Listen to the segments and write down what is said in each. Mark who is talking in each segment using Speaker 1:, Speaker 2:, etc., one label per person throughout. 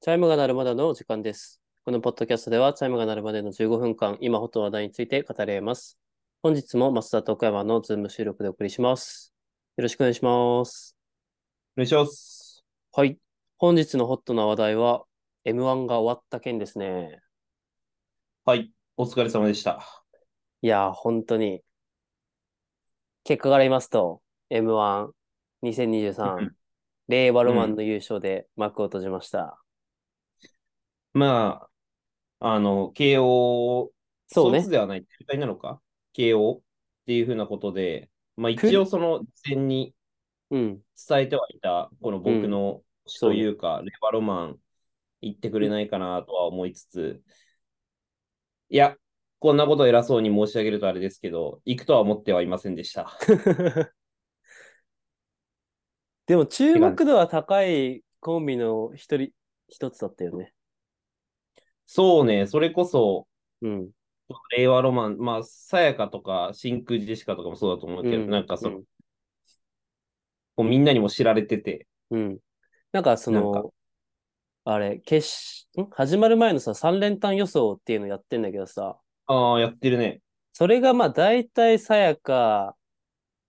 Speaker 1: チャイムが鳴るまでのお時間です。このポッドキャストでは、チャイムが鳴るまでの15分間、今ホットな話題について語り合います。本日も増田と岡山のズーム収録でお送りします。よろしくお願いします。
Speaker 2: お願いします。
Speaker 1: はい。本日のホットな話題は、M1 が終わった件ですね。
Speaker 2: はい。お疲れ様でした。
Speaker 1: いやー、本当に。結果から言いますと、M1、2023、令和ロマンの優勝で幕を閉じました。
Speaker 2: まあ、あの、慶応、
Speaker 1: そうね
Speaker 2: 卒。ではない、中退なのか慶応っていうふうなことで、まあ一応その事前に
Speaker 1: うん。
Speaker 2: 伝えてはいた、この僕の推し
Speaker 1: そう
Speaker 2: と
Speaker 1: ね
Speaker 2: いうか、レバロマン言ってくれないかなとは思いつつ、いや、こんなこと偉そうに申し上げるとあれですけど、行くとは思ってはいませんでした。
Speaker 1: でも注目度は高いコンビの一人、一つだったよね。
Speaker 2: そうね、それこそ、
Speaker 1: うん。
Speaker 2: 令和ロマン、まあ、さやかとか、真空ジェシカとかもそうだと思うけど、
Speaker 1: うん
Speaker 2: なんかその、
Speaker 1: うん
Speaker 2: こうみんなにも知られてて、
Speaker 1: うん。なんかそ
Speaker 2: なん
Speaker 1: の、あれ、決し、ん始まる前のさ、三連単予想っていうのやってんだけどさ、
Speaker 2: ああ、やってるね。
Speaker 1: それがまあ大体さやか、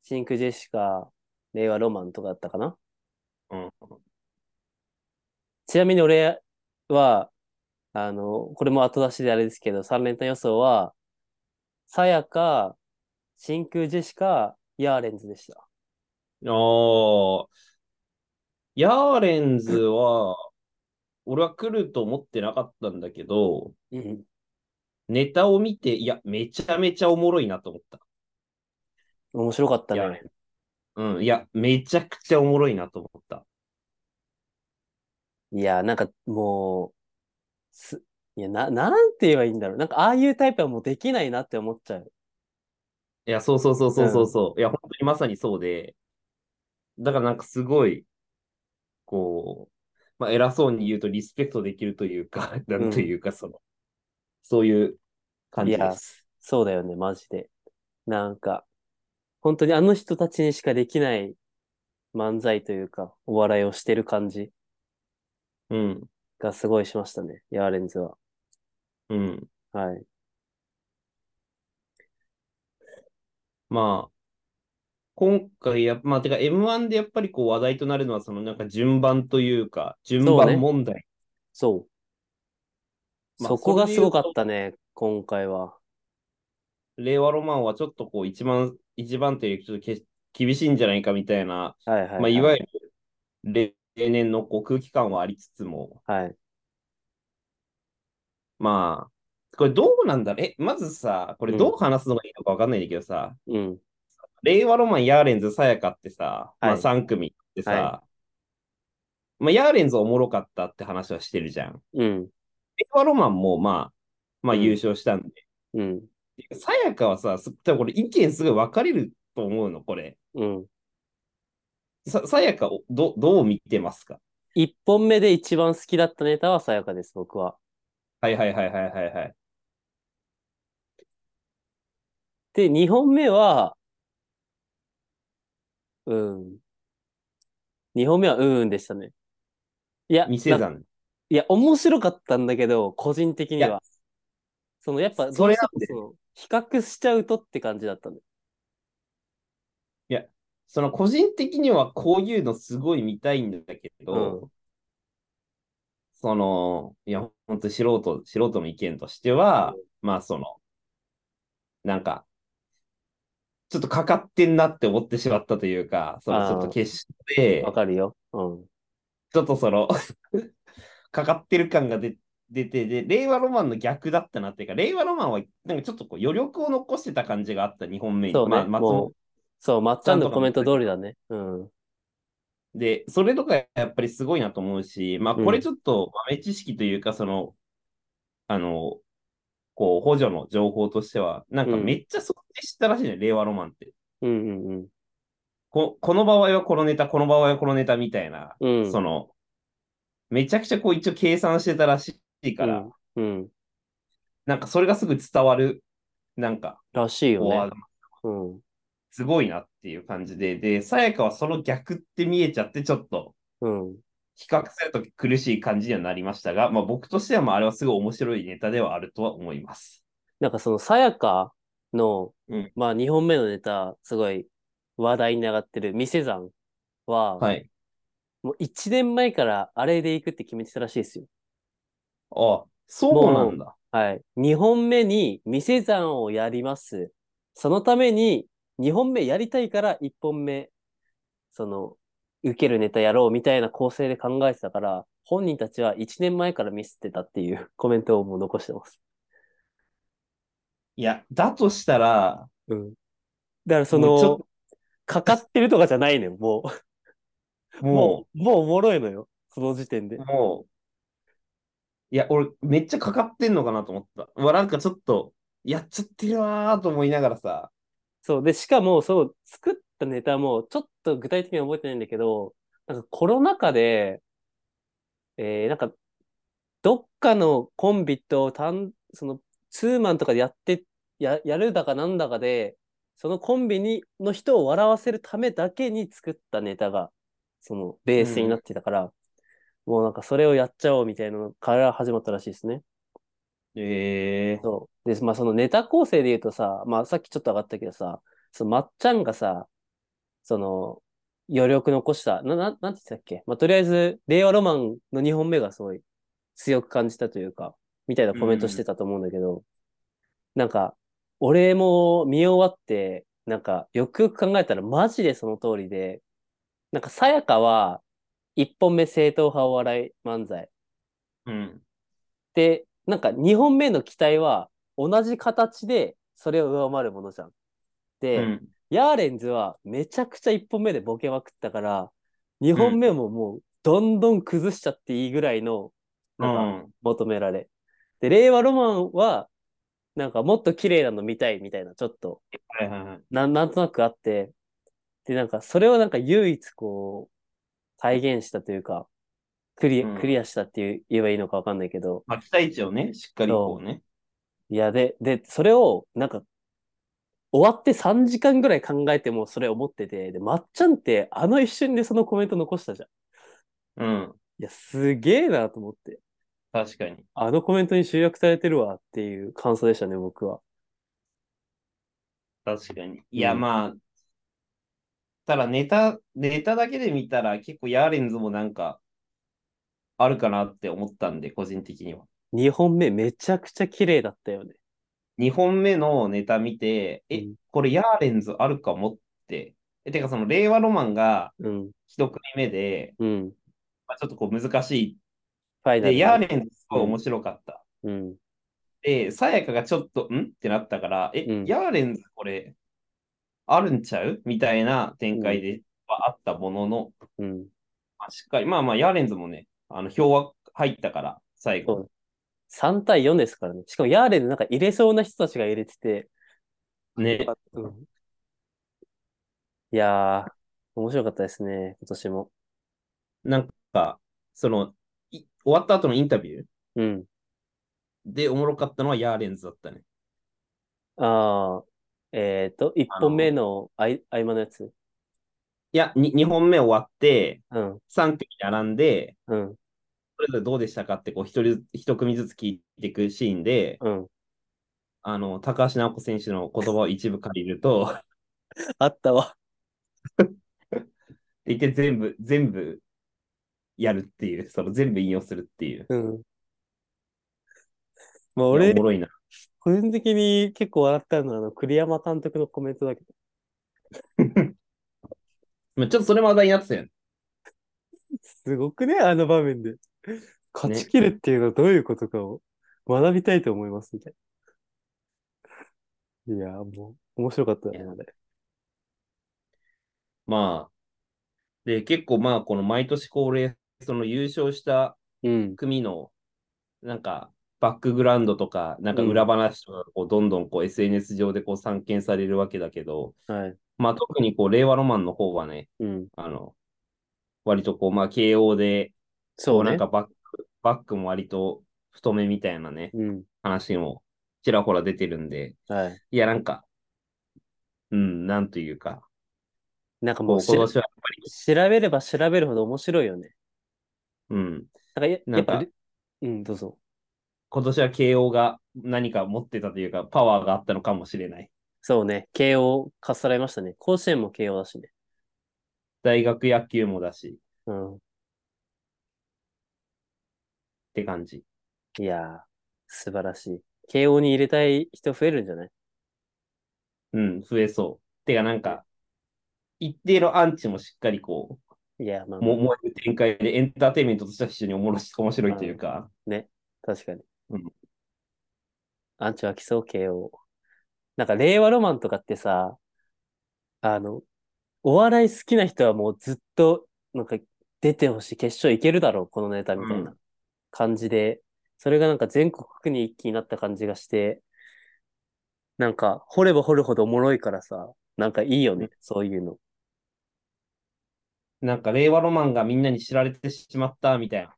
Speaker 1: 真空ジェシカ、令和ロマンとかだったかな。
Speaker 2: うん。
Speaker 1: ちなみに俺は、あの、これも後出しであれですけど、三連単予想は、さやか、真空ジェシカ、ヤーレンズでした。
Speaker 2: ああ、ヤーレンズは、俺は来ると思ってなかったんだけど、
Speaker 1: うん。
Speaker 2: ネタを見て、いや、めちゃめちゃおもろいなと思った。
Speaker 1: 面白かった
Speaker 2: ヤー
Speaker 1: ね
Speaker 2: レ。ンズ。うん、いや、めちゃくちゃおもろいなと思った。
Speaker 1: いや、なんかもう、す、いや、な、なんて言えばいいんだろう。なんか、ああいうタイプはもうできないなって思っちゃう。
Speaker 2: いや、そうそうそうそうそうそう。いや、本当にまさにそうで、だからなんかすごい、こう、まあ、偉そうに言うとリスペクトできるというか、 なんというか、その、そういう感じ
Speaker 1: いや
Speaker 2: です。
Speaker 1: そうだよね、マジで。なんか、本当にあの人たちにしかできない漫才というか、お笑いをしてる感じ
Speaker 2: うん、
Speaker 1: がすごいしましたね、ヤーレンズは。
Speaker 2: うん。
Speaker 1: はい。
Speaker 2: まあ、今回や、まあ、てか M1 でやっぱりこう話題となるのは、そのなんか順番というか、順
Speaker 1: そうね
Speaker 2: 番問題。
Speaker 1: そう。
Speaker 2: まあ
Speaker 1: そこがすごかっ
Speaker 2: それで言うと
Speaker 1: たね、今回は。
Speaker 2: 令和ロマンはちょっとこう一番、一番というちょっとけ厳しいんじゃないかみたいな、
Speaker 1: はいはい、
Speaker 2: まあ、いわゆる例年のこう空気感はありつつも、
Speaker 1: はい。
Speaker 2: まあ、これどうなんだろうえ、まずさ、これどう話すのがいいのかわかんないんだけどさ、
Speaker 1: うん。
Speaker 2: 令和ロマン、ヤーレンズ、さやかってさ、ま
Speaker 1: は
Speaker 2: あ、
Speaker 1: い
Speaker 2: 3組ってさ、
Speaker 1: は
Speaker 2: まあ、ヤーレンズおもろかったって話はしてるじゃん。令
Speaker 1: うん。
Speaker 2: 和ロマンも、まあ、まあ
Speaker 1: うん
Speaker 2: 優勝したんで。
Speaker 1: うん。
Speaker 2: さやかはさ、す多分これ意見すごい分かれると思うの、これ。
Speaker 1: うん。
Speaker 2: ささやかをど、どう見てますか
Speaker 1: 一本目で一番好きだったネタはさやかです、僕は。
Speaker 2: はいはいはいはいはいはい。
Speaker 1: で、二本目は、うん。二本目は、うーんでしたね。いや、
Speaker 2: 見せ
Speaker 1: な
Speaker 2: 算。
Speaker 1: いや、面白かったんだけど、個人的に
Speaker 2: い
Speaker 1: は。その、やっぱ、
Speaker 2: それ
Speaker 1: どう
Speaker 2: なん
Speaker 1: して
Speaker 2: で
Speaker 1: もその比較しちゃうとって感じだったね。
Speaker 2: その個人的にはこういうのすごい見たいんだけど、
Speaker 1: う
Speaker 2: その、いや、ほんと素人、素人の意見としては、まあその、なんか、ちょっとかかってんなって思ってしまったというか、そ
Speaker 1: あ
Speaker 2: の
Speaker 1: ー
Speaker 2: ちょっと決して
Speaker 1: わ、かるよ。うん。
Speaker 2: ちょっとその、 かかってる感が出出て、で、令和ロマンの逆だったなっていうか、令和ロマンはなんかちょっとこう余力を残してた感じがあった、2本目に。
Speaker 1: そうね
Speaker 2: まあ、松本
Speaker 1: もうそう、まっちゃんのコメント通りだね。うん。
Speaker 2: で、それとかやっぱりすごいなと思うし、まあ、
Speaker 1: うん
Speaker 2: これちょっと豆知識というか、その、あの、こう、補助の情報としては、なんか
Speaker 1: うん
Speaker 2: めっちゃ想定してたらしいね、令和ロマンって。
Speaker 1: うんうん
Speaker 2: こ、この場合はこのネタ、この場合はこのネタみたいな、
Speaker 1: うん。うん。
Speaker 2: その、めちゃくちゃこう一応計算してたらしいから、
Speaker 1: うん。
Speaker 2: なんかそれがすぐ伝わる、なんか、
Speaker 1: らしいよ
Speaker 2: こうあ
Speaker 1: ね。うん。
Speaker 2: すごいなっていう感じで、で、さやかはその逆って見えちゃって、ちょっと
Speaker 1: うん。
Speaker 2: 比較すると苦しい感じにはなりましたが、まあ僕としてはまああれはすごい面白いネタではあるとは思います。
Speaker 1: なんかそのさやかの、
Speaker 2: うん
Speaker 1: まあ2本目のネタ、すごい話題に上がってる店山は、
Speaker 2: はい。
Speaker 1: もう1年前からあれで行くって決めてたらしいですよ。
Speaker 2: あ、そうなんだ。
Speaker 1: はい。2本目に店山をやります。そのために2本目やりたいから1本目、その、受けるネタやろうみたいな構成で考えてたから、本人たちは1年前からミスってたっていう コメントをもう残してます。
Speaker 2: いや、だとしたら、
Speaker 1: うん。だからそ
Speaker 2: もうちょっ
Speaker 1: の、かかってるとかじゃないのよ、もう。
Speaker 2: も
Speaker 1: もう、もうおもろいのよ。その時点で
Speaker 2: う、。もう、いや、俺、めっちゃかかってんのかなと思った。まあ、なんかちょっと、やっちゃってるわーと思いながらさ、
Speaker 1: そう。で、しかも、そう、作ったネタも、ちょっと具体的には覚えてないんだけど、なんかコロナ禍で、えー、なんか、どっかのコンビと、単、その、ツーマンとかでやって、や、やるだかなんだかで、そのコンビに、の人を笑わせるためだけに作ったネタが、その、ベースになってたから、もうなんかそれをやっちゃおうみたいなのから始まったらしいですね。
Speaker 2: えー、
Speaker 1: そう。で、まあそのネタ構成で言うとさ、まあさっきちょっと上がったけどさ、そのまっちゃんがさ、その、余力残した、な、ななんて言ってたっけまあとりあえず、令和ロマンの2本目がすごい強く感じたというか、みたいなコメントしてたと思うんだけど、なんか、俺も見終わって、なんか、よくよく考えたらマジでその通りで、なんか、さやかは、1本目正統派お笑い漫才。
Speaker 2: うん。
Speaker 1: で、なんか2本目の期待は同じ形でそれを上回るものじゃん。
Speaker 2: う
Speaker 1: で、
Speaker 2: ん。
Speaker 1: ヤーレンズはめちゃくちゃ1本目でボケまくったから、2本目ももうどんどん崩しちゃっていいぐらいのなんか
Speaker 2: うん
Speaker 1: 求められ。で、令和ロマンはなんかもっと綺麗なの見たいみたいなちょっと
Speaker 2: はいはいはい。
Speaker 1: なんなんとなくあって、で、なんかそれをなんか唯一こう体現したというか、クリ
Speaker 2: うん
Speaker 1: クリアしたっていう言えばいいのかわかんないけど、
Speaker 2: まあ、期待値をね、しっかりこうね。
Speaker 1: いや、で、で、それを、なんか、終わって3時間ぐらい考えてもそれ思ってて、で、まっちゃんってあの一瞬でそのコメント残したじゃん。
Speaker 2: うん。
Speaker 1: いや、すげえなと思って。
Speaker 2: 確かに。
Speaker 1: あのコメントに集約されてるわっていう感想でしたね、僕は。
Speaker 2: 確かに。いや、
Speaker 1: うん
Speaker 2: まあ、ただネタ、ネタだけで見たら結構ヤーレンズもなんか、あるかなって思ったんで、個人的には。
Speaker 1: 2本目めちゃくちゃ綺麗だったよね。
Speaker 2: 2本目のネタ見て、
Speaker 1: う
Speaker 2: え
Speaker 1: ん、
Speaker 2: これヤーレンズあるかもって。え、てかその令和ロマンが
Speaker 1: うん、
Speaker 2: 一組目で、
Speaker 1: うん。フ
Speaker 2: まあ、ちょっとこう難し
Speaker 1: ァイ
Speaker 2: い。
Speaker 1: ナル
Speaker 2: で、
Speaker 1: ね
Speaker 2: ヤーレンズすごい面白かった。
Speaker 1: うん、
Speaker 2: で、さやかがちょっと、んってなったから、え、
Speaker 1: うん
Speaker 2: ヤーレンズこれ、あるんちゃうみたいな展開ではあったものの、
Speaker 1: うん。
Speaker 2: まあしっかり、まあまあ、ヤーレンズもね、あの、票は入ったから、最
Speaker 1: そう
Speaker 2: 後。
Speaker 1: 3対4ですからね。しかもヤーレンズなんか入れそうな人たちが入れてて、
Speaker 2: ね。
Speaker 1: うんいやー、面白かったですね、今年も。
Speaker 2: なんか、その、い終わった後のインタビュー
Speaker 1: うん。
Speaker 2: でおもろかったのはヤーレンズだったね。
Speaker 1: ああ、えっと、一
Speaker 2: あの
Speaker 1: 本目のあい合間のやつ。
Speaker 2: いや、に2本目終わって、
Speaker 1: うん、
Speaker 2: 3組並んで、
Speaker 1: うん、
Speaker 2: それぞれどうでしたかって、こう、一人ずつ、一組ずつ聞いていくシーンで、
Speaker 1: うん。
Speaker 2: あの、高橋直子選手の言葉を一部借りると、 って
Speaker 1: あったわ。
Speaker 2: 言って全部、全部、やるっていう、その全部引用するっていう。
Speaker 1: うん。まあ、
Speaker 2: いや
Speaker 1: 俺
Speaker 2: おも、ろいな。
Speaker 1: 個人的に結構笑ったのは、あの、栗山監督のコメントだけど。
Speaker 2: まあちょっとそれも話題になってたよね。
Speaker 1: すごくね、あの場面で。勝ち切るっていうのはどういうことかを学びたいと思います、みたいな。いやー、もう、面白かったね、
Speaker 2: いや
Speaker 1: あれ。
Speaker 2: まあ、で、結構まあ、この毎年恒例、その優勝した
Speaker 1: うん、
Speaker 2: 組の、なんか、バックグラウンドとか、なんか裏話とか、こう、どんどんこう、SNS 上でこう、散見されるわけだけど、
Speaker 1: はい。
Speaker 2: まあ、特にこう、令和ロマンの方はね、
Speaker 1: うん。
Speaker 2: あの、割とこう、まあ、慶応で、
Speaker 1: そう
Speaker 2: こう、なん
Speaker 1: ね
Speaker 2: かバック、バックも割と太めみたいなね、
Speaker 1: うん。
Speaker 2: 話もちらほら出てるんで、
Speaker 1: はい。
Speaker 2: いや、なんか、うん、なんというか、
Speaker 1: なんか
Speaker 2: こ
Speaker 1: も
Speaker 2: う、
Speaker 1: う
Speaker 2: 今
Speaker 1: しら、
Speaker 2: 年はやっぱり、
Speaker 1: 調べれば調べるほど面白いよね。
Speaker 2: うん。
Speaker 1: なんかや、
Speaker 2: な
Speaker 1: やっ
Speaker 2: んか
Speaker 1: ぱ、うん、どうぞ。
Speaker 2: 今年は慶応が何か持ってたというか、パワーがあったのかもしれない。
Speaker 1: そうね、慶応かっさらいましたね。甲子園も慶応だしね。
Speaker 2: 大学野球もだし、
Speaker 1: うん。
Speaker 2: って感じ。
Speaker 1: いやー、素晴らしい。慶応に入れたい人増えるんじゃない
Speaker 2: うん、増えそう。てか、なんか、一定のアンチもしっかりこ
Speaker 1: いや、まあ
Speaker 2: う、、も燃える展開でエンターテインメントとしては非常におもろし面白いというか、
Speaker 1: 確かに。
Speaker 2: うん
Speaker 1: アンチは基礎慶応。なんか、令和ロマンとかってさ、あの、お笑い好きな人はもうずっと、なんか、出てほしい、決勝いけるだろう、このネタみたいな感じで、それがなんか全国区に一気になった感じがして、なんか、掘れば掘るほどおもろいからさ、なんかいいよね、そういうの。
Speaker 2: なんか令和ロマンがみんなに知られてしまったみたいな、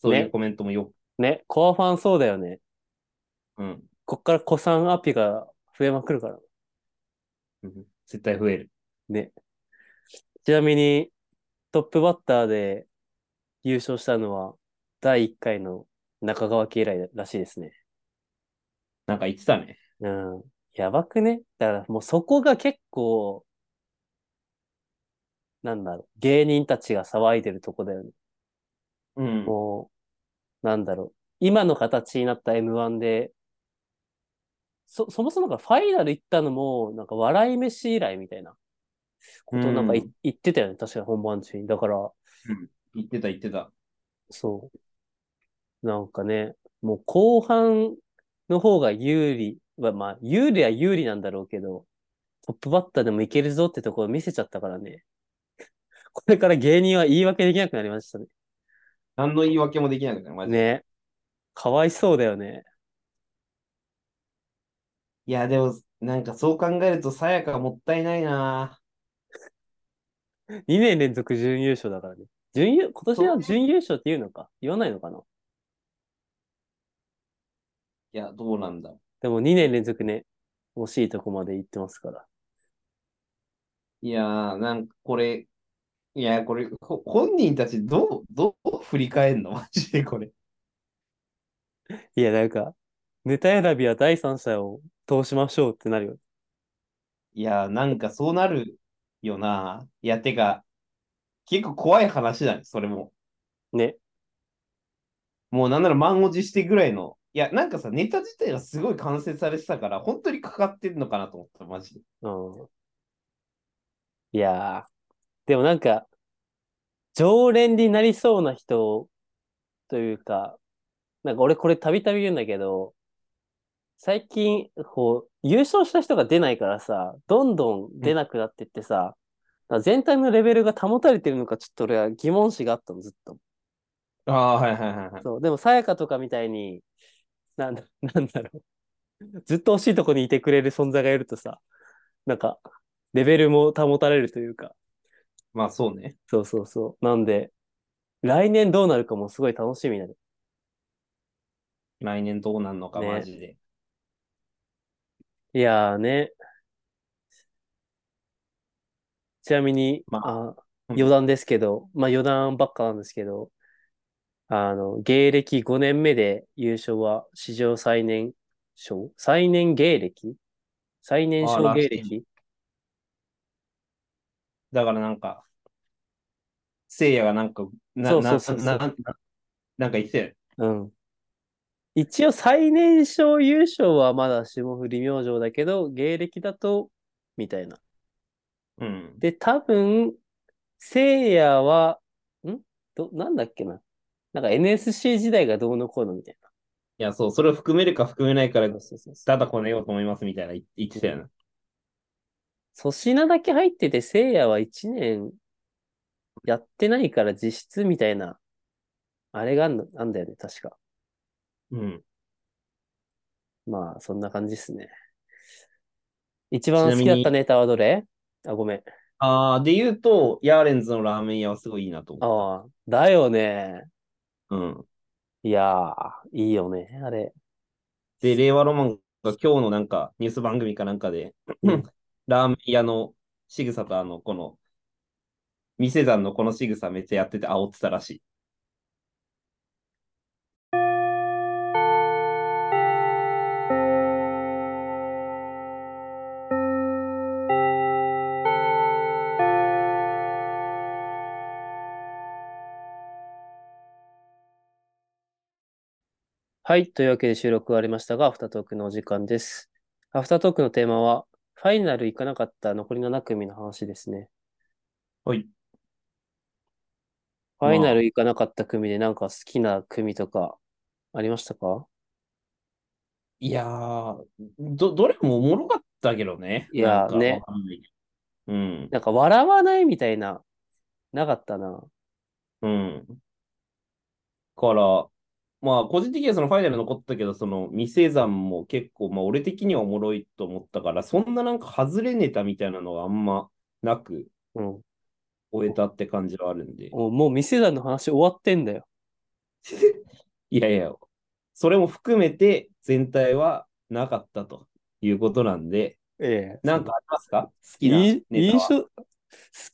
Speaker 2: そうい
Speaker 1: ね
Speaker 2: うコメントもよ
Speaker 1: ね、コアファンそうだよね。
Speaker 2: く、うん、
Speaker 1: こっから子さんアピが増えまくるから。
Speaker 2: うん絶対増える。
Speaker 1: ね。ちなみに、トップバッターで優勝したのは、第1回の中川家以来らしいですね。
Speaker 2: なんか言ってたね。
Speaker 1: うん。やばくねだからもうそこが結構、なんだろう、芸人たちが騒いでるとこだよね。
Speaker 2: うん。
Speaker 1: もう、なんだろう、今の形になった M1 で、そ、そもそもがファイナル行ったのも、なんか笑い飯以来みたいなことをなんかい
Speaker 2: うん
Speaker 1: 言ってたよね。確かに本番中に。だから、
Speaker 2: 言ってた言ってた。
Speaker 1: そう。なんかね、もう後半の方が有利、まあ、まあ、有利は有利なんだろうけど、トップバッターでもいけるぞってところを見せちゃったからね。 これから芸人は言い訳できなくなりましたね。
Speaker 2: 何の言い訳もできなくて、マジで。
Speaker 1: ね。かわいそうだよね。
Speaker 2: いや、でも、なんかそう考えると、さやかもったいないな
Speaker 1: 2年連続準優勝だからね。準優、今年は準優勝って言うのか言わないのかな
Speaker 2: ぁいや、どうなんだろう。
Speaker 1: でも2年連続ね、惜しいとこまで行ってますから。
Speaker 2: いやー、なんかこれ、いや、これ、ほ本人たちどう、どう振り返んのマ ジでこれ。
Speaker 1: いや、なんか、ネタ選びは第三者を通しましょうってなるよ。
Speaker 2: いやー、なんかそうなるよなぁいや、てか、結構怖い話だね、それも。
Speaker 1: ね。
Speaker 2: もうなんなら満を持してぐらいの。いや、なんかさ、ネタ自体がすごい完成されてたから、本当にかかってんのかなと思った、マジで。
Speaker 1: うん。いやー、でもなんか、常連になりそうな人というか、なんか俺これたびたび言うんだけど、最近、こう、優勝した人が出ないからさ、どんどん出なくなってってさ、なんか全体のレベルが保たれてるのか、ちょっと俺は疑問視があったの、ずっと。
Speaker 2: ああ、はいはいはいは い。
Speaker 1: そう、でもさやかとかみたいに、なん だ、なんだろう。ずっと惜しいとこにいてくれる存在がいるとさ、なんか、レベルも保たれるというか、
Speaker 2: まあそうね。
Speaker 1: そうそうそう。なんで、来年どうなるかもすごい楽しみになる。
Speaker 2: 来年どうなるのか、
Speaker 1: ね
Speaker 2: マジで。
Speaker 1: いやーね。ちなみに、
Speaker 2: ま
Speaker 1: あ、
Speaker 2: うん
Speaker 1: 余談ですけど、まあ余談ばっかなんですけど、あの、芸歴5年目で優勝は史上最年少最年芸歴最年
Speaker 2: あ
Speaker 1: 少
Speaker 2: ら
Speaker 1: 芸歴
Speaker 2: だからなんか、せいやがなんか、な、
Speaker 1: そう
Speaker 2: な、
Speaker 1: そうそうそう
Speaker 2: な、ななんか言ってたよね
Speaker 1: うん。一応最年少優勝はまだ霜降り明星だけど、芸歴だと、みたいな。
Speaker 2: うん。
Speaker 1: で、多分、せいやは、んど、なんだっけな。なんか NSC 時代がどうのこうのみたい
Speaker 2: いや、そう、それを含めるか含めないから
Speaker 1: な。、そうそうそう。
Speaker 2: ただこねようと思いますみたいな言言ってたよな。
Speaker 1: 粗品だけ入ってて、せいやは1年やってないから実質みたいな、あれがあんのあんだよね、確か。
Speaker 2: うん。
Speaker 1: まあ、そんな感じですね。一
Speaker 2: ち
Speaker 1: 番
Speaker 2: な
Speaker 1: 好
Speaker 2: み
Speaker 1: き
Speaker 2: に
Speaker 1: だったネタはどれあ、ごめん。
Speaker 2: ああ、で言うと、ヤーレンズのラーメン屋はすごいいいなと思
Speaker 1: ああ、だよね。
Speaker 2: う。うん。
Speaker 1: いやー、いいよね、あれ。
Speaker 2: で、令和ロマンが今日のなんかニュース番組かなんかで
Speaker 1: うん、
Speaker 2: ラーメン屋の仕草とあの、この、店山のこの仕草めっちゃやってて煽ってたらしい。
Speaker 1: はい。というわけで収録終わりましたが、アフタートークのお時間です。アフタートークのテーマは、ファイナル行かなかった残り7組の話ですね。
Speaker 2: はい。
Speaker 1: ファイナル行かなかった組でなんか好きな組とかありましたか
Speaker 2: いやー、ど、どれもおもろかったけどね。
Speaker 1: いやー
Speaker 2: なんか
Speaker 1: ね
Speaker 2: わかんないけど。うん。
Speaker 1: なんか笑わないみたいな、なかったな。
Speaker 2: うん。から、まあ、個人的にはそのファイナル残ったけど、その未成山も結構、まあ、俺的にはおもろいと思ったから、そんななんか外れネタみたいなのがあんまなく
Speaker 1: うん。
Speaker 2: 終えたって感じはあるんで。
Speaker 1: おもう店団の話終わってんだよ。
Speaker 2: いやいや、それも含めて全体はなかったということなんで、
Speaker 1: ええ。
Speaker 2: なんかありますか好きないネ
Speaker 1: 印
Speaker 2: タは。
Speaker 1: 象、好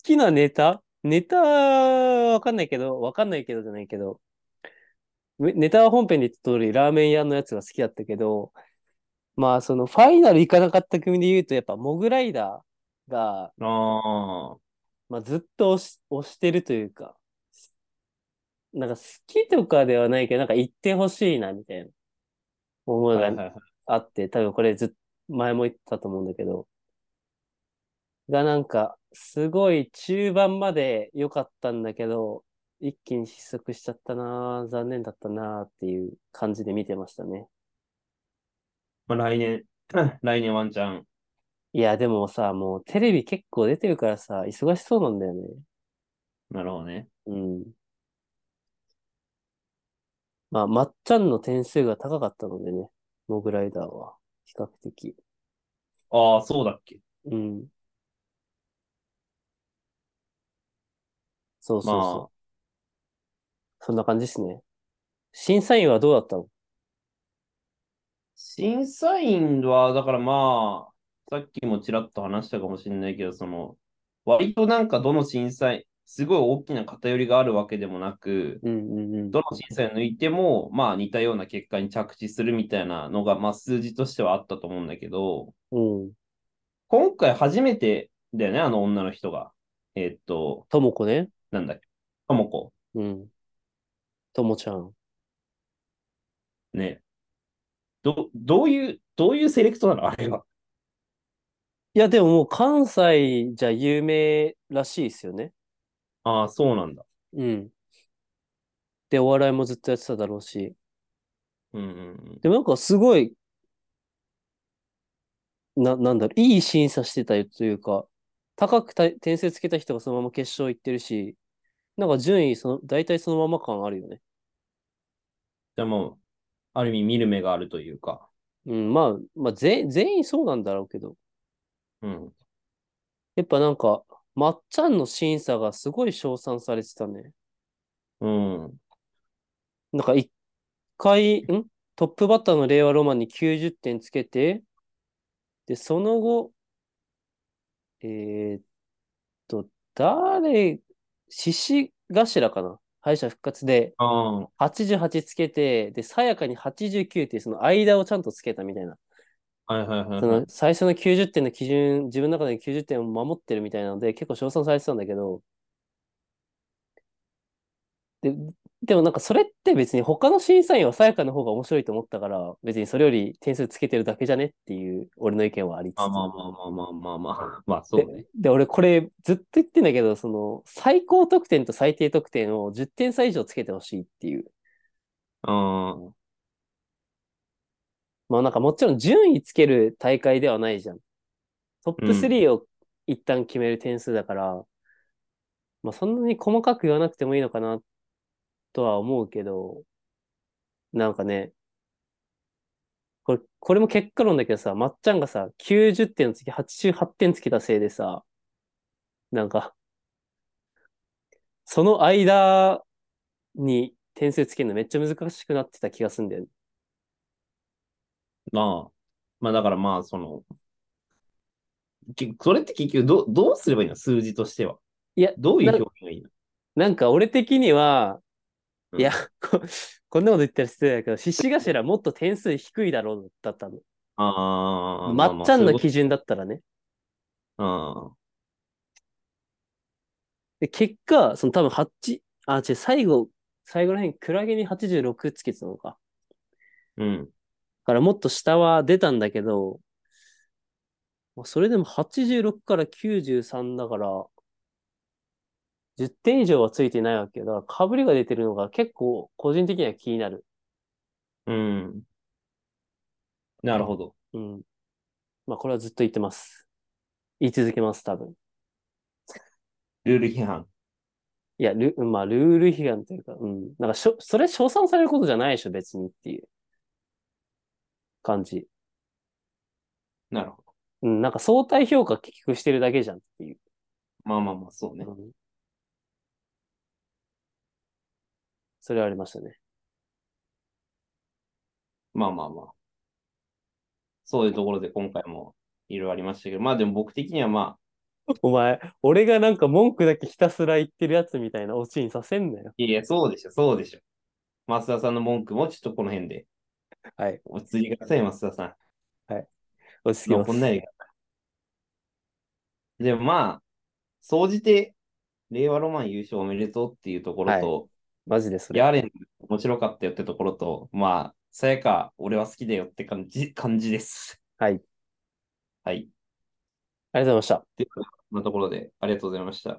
Speaker 1: きなネタネタはわかんないけど、わかんないけどじゃないけど、めネタは本編で言った通り、ラーメン屋のやつが好きだったけど、まあ、その、ファイナル行かなかった組で言うと、やっぱ、モグライダーが、
Speaker 2: ああ、
Speaker 1: まあ、ずっと推し推してるというか、なんか好きとかではないけど、なんか行ってほしいな、みたいな思い
Speaker 2: はいはい
Speaker 1: が
Speaker 2: はい。
Speaker 1: あって、多分これずっ前も言ったと思うんだけど、がなんか、すごい中盤まで良かったんだけど、一気に失速しちゃったなぁ残念だったなぁっていう感じで見てましたね。
Speaker 2: まあ、来年、 来年ワンチャン。
Speaker 1: いや、でもさ、もうテレビ結構出てるからさ、忙しそうなんだよね。
Speaker 2: なるほどね。
Speaker 1: うん。まあ、まっちゃんの点数が高かったのでね、モグライダーは、比較的。
Speaker 2: ああ、そうだっけ。
Speaker 1: うん。そうそうそう。
Speaker 2: まあ、
Speaker 1: そんな感じですね。審査員はどうだったの
Speaker 2: 審査員は、だからまあ、さっきもちらっと話したかもしれないけど、その、割となんかどの審査員、すごい大きな偏りがあるわけでもなく、
Speaker 1: うんうんうん。
Speaker 2: どの審査員を抜いても、まあ似たような結果に着地するみたいなのが、まあ数字としてはあったと思うんだけど、
Speaker 1: うん。
Speaker 2: 今回初めてだよね、あの女の人が。えーっと、
Speaker 1: ともこね。
Speaker 2: なんだっけ、ともこ。
Speaker 1: うん。ともちゃん。
Speaker 2: ね。ど、どういう、どういうセレクトなのあれは。
Speaker 1: いや、でももう関西じゃ有名らしいですよね。
Speaker 2: ああ、そうなんだ。
Speaker 1: うん。で、お笑いもずっとやってただろうし。
Speaker 2: うんうんうん。
Speaker 1: でもなんかすごい、な、なんだろう、いい審査してたというか、高くた点数つけた人がそのまま決勝行ってるし、なんか順位その、大体そのまま感あるよね。
Speaker 2: じゃあもう、ある意味見る目があるというか。
Speaker 1: うん、まあ、まあ、全、全員そうなんだろうけど、
Speaker 2: うん。
Speaker 1: やっぱなんか、まっちゃんの審査がすごい称賛されてたね。
Speaker 2: うん。
Speaker 1: なんか一回、んトップバッターの令和ロマンに90点つけて、で、その後、えーっと、誰、獅子頭かな敗者復活で
Speaker 2: ああ、
Speaker 1: 88つけて、で、さやかに89っていうその間をちゃんとつけたみたいな。
Speaker 2: はいはいはい
Speaker 1: そ
Speaker 2: はい
Speaker 1: の。最初の90点の基準、自分の中で90点を守ってるみたいなので、結構称賛されてたんだけど、で、でもなんかそれって別に他の審査員はさやかの方が面白いと思ったから、別にそれより点数つけてるだけじゃねっていう俺の意見はありつつ。
Speaker 2: まあまあまあまあまあまあまあ。まあそうね。
Speaker 1: で、俺これずっと言ってんだけど、その最高得点と最低得点を10点差以上つけてほしいっていう。
Speaker 2: ああ。
Speaker 1: まあなんかもちろん順位つける大会ではないじゃん。トップ
Speaker 2: うん
Speaker 1: 3を一旦決める点数だから、まあそんなに細かく言わなくてもいいのかなとは思うけど、なんかね、これ、これも結果論だけどさ、まっちゃんがさ、90点の次88点つけたせいでさ、なんか、その間に点数つけるのめっちゃ難しくなってた気がすんだよね。
Speaker 2: まあ、まあだからまあ、その、けそれって結局ど、どうすればいいの数字としては。
Speaker 1: いや、
Speaker 2: どういう
Speaker 1: な
Speaker 2: 表現がいいの
Speaker 1: なんか俺的には、
Speaker 2: うん
Speaker 1: いや、ここんなこと言ったら失礼だけど、獅子頭もっと点数低いだろうだったの。
Speaker 2: ああ、まあま
Speaker 1: ま
Speaker 2: あ
Speaker 1: っちゃん
Speaker 2: そうい
Speaker 1: の
Speaker 2: うこと
Speaker 1: 基準だったらね。
Speaker 2: あ
Speaker 1: で、結果、その多分8、あ、違う、最後、最後らへん、クラゲに86つけてたのか。
Speaker 2: うん。
Speaker 1: からもっと下は出たんだけど、まあそれでも86から93だから、10点以上はついてないわけよ。だから被りが出てるのが結構個人的には気になる。
Speaker 2: うん。なるほど。
Speaker 1: うん。まあこれはずっと言ってます。言い続けます、多分。
Speaker 2: ルール批判。
Speaker 1: いや、ル、まあ、ルール批判というか、うん。なんかしょ、それ称賛されることじゃないでしょ、別にっていう感じ。
Speaker 2: なるほど。
Speaker 1: うん、なんか相対評価結局してるだけじゃんっていう。
Speaker 2: まあまあまあ、そうね
Speaker 1: う。んそれはありましたね。
Speaker 2: まあまあまあ。そういうところで今回もいろいろありましたけど、まあでも僕的にはまあ、
Speaker 1: お前、俺がなんか文句だけひたすら言ってるやつみたいなオチにさせんなよ。
Speaker 2: いやいや、そうでしょ、そうでしょ。増田さんの文句もちょっとこの辺で。
Speaker 1: はい。
Speaker 2: 落ち着いてください、増田さん。
Speaker 1: 落ち着き
Speaker 2: ま
Speaker 1: ま
Speaker 2: あ
Speaker 1: す。
Speaker 2: こんなんやり方でもまあ、総じて、令和ロマン優勝おめでとうっていうところと、
Speaker 1: マジでそれ。
Speaker 2: ヤーレン面白かったよってところと、まあ、さやか俺は好きだよって感じ、感じです。
Speaker 1: はい。
Speaker 2: はい。
Speaker 1: ありがとうございました。
Speaker 2: では、こんなところでありがとうございました。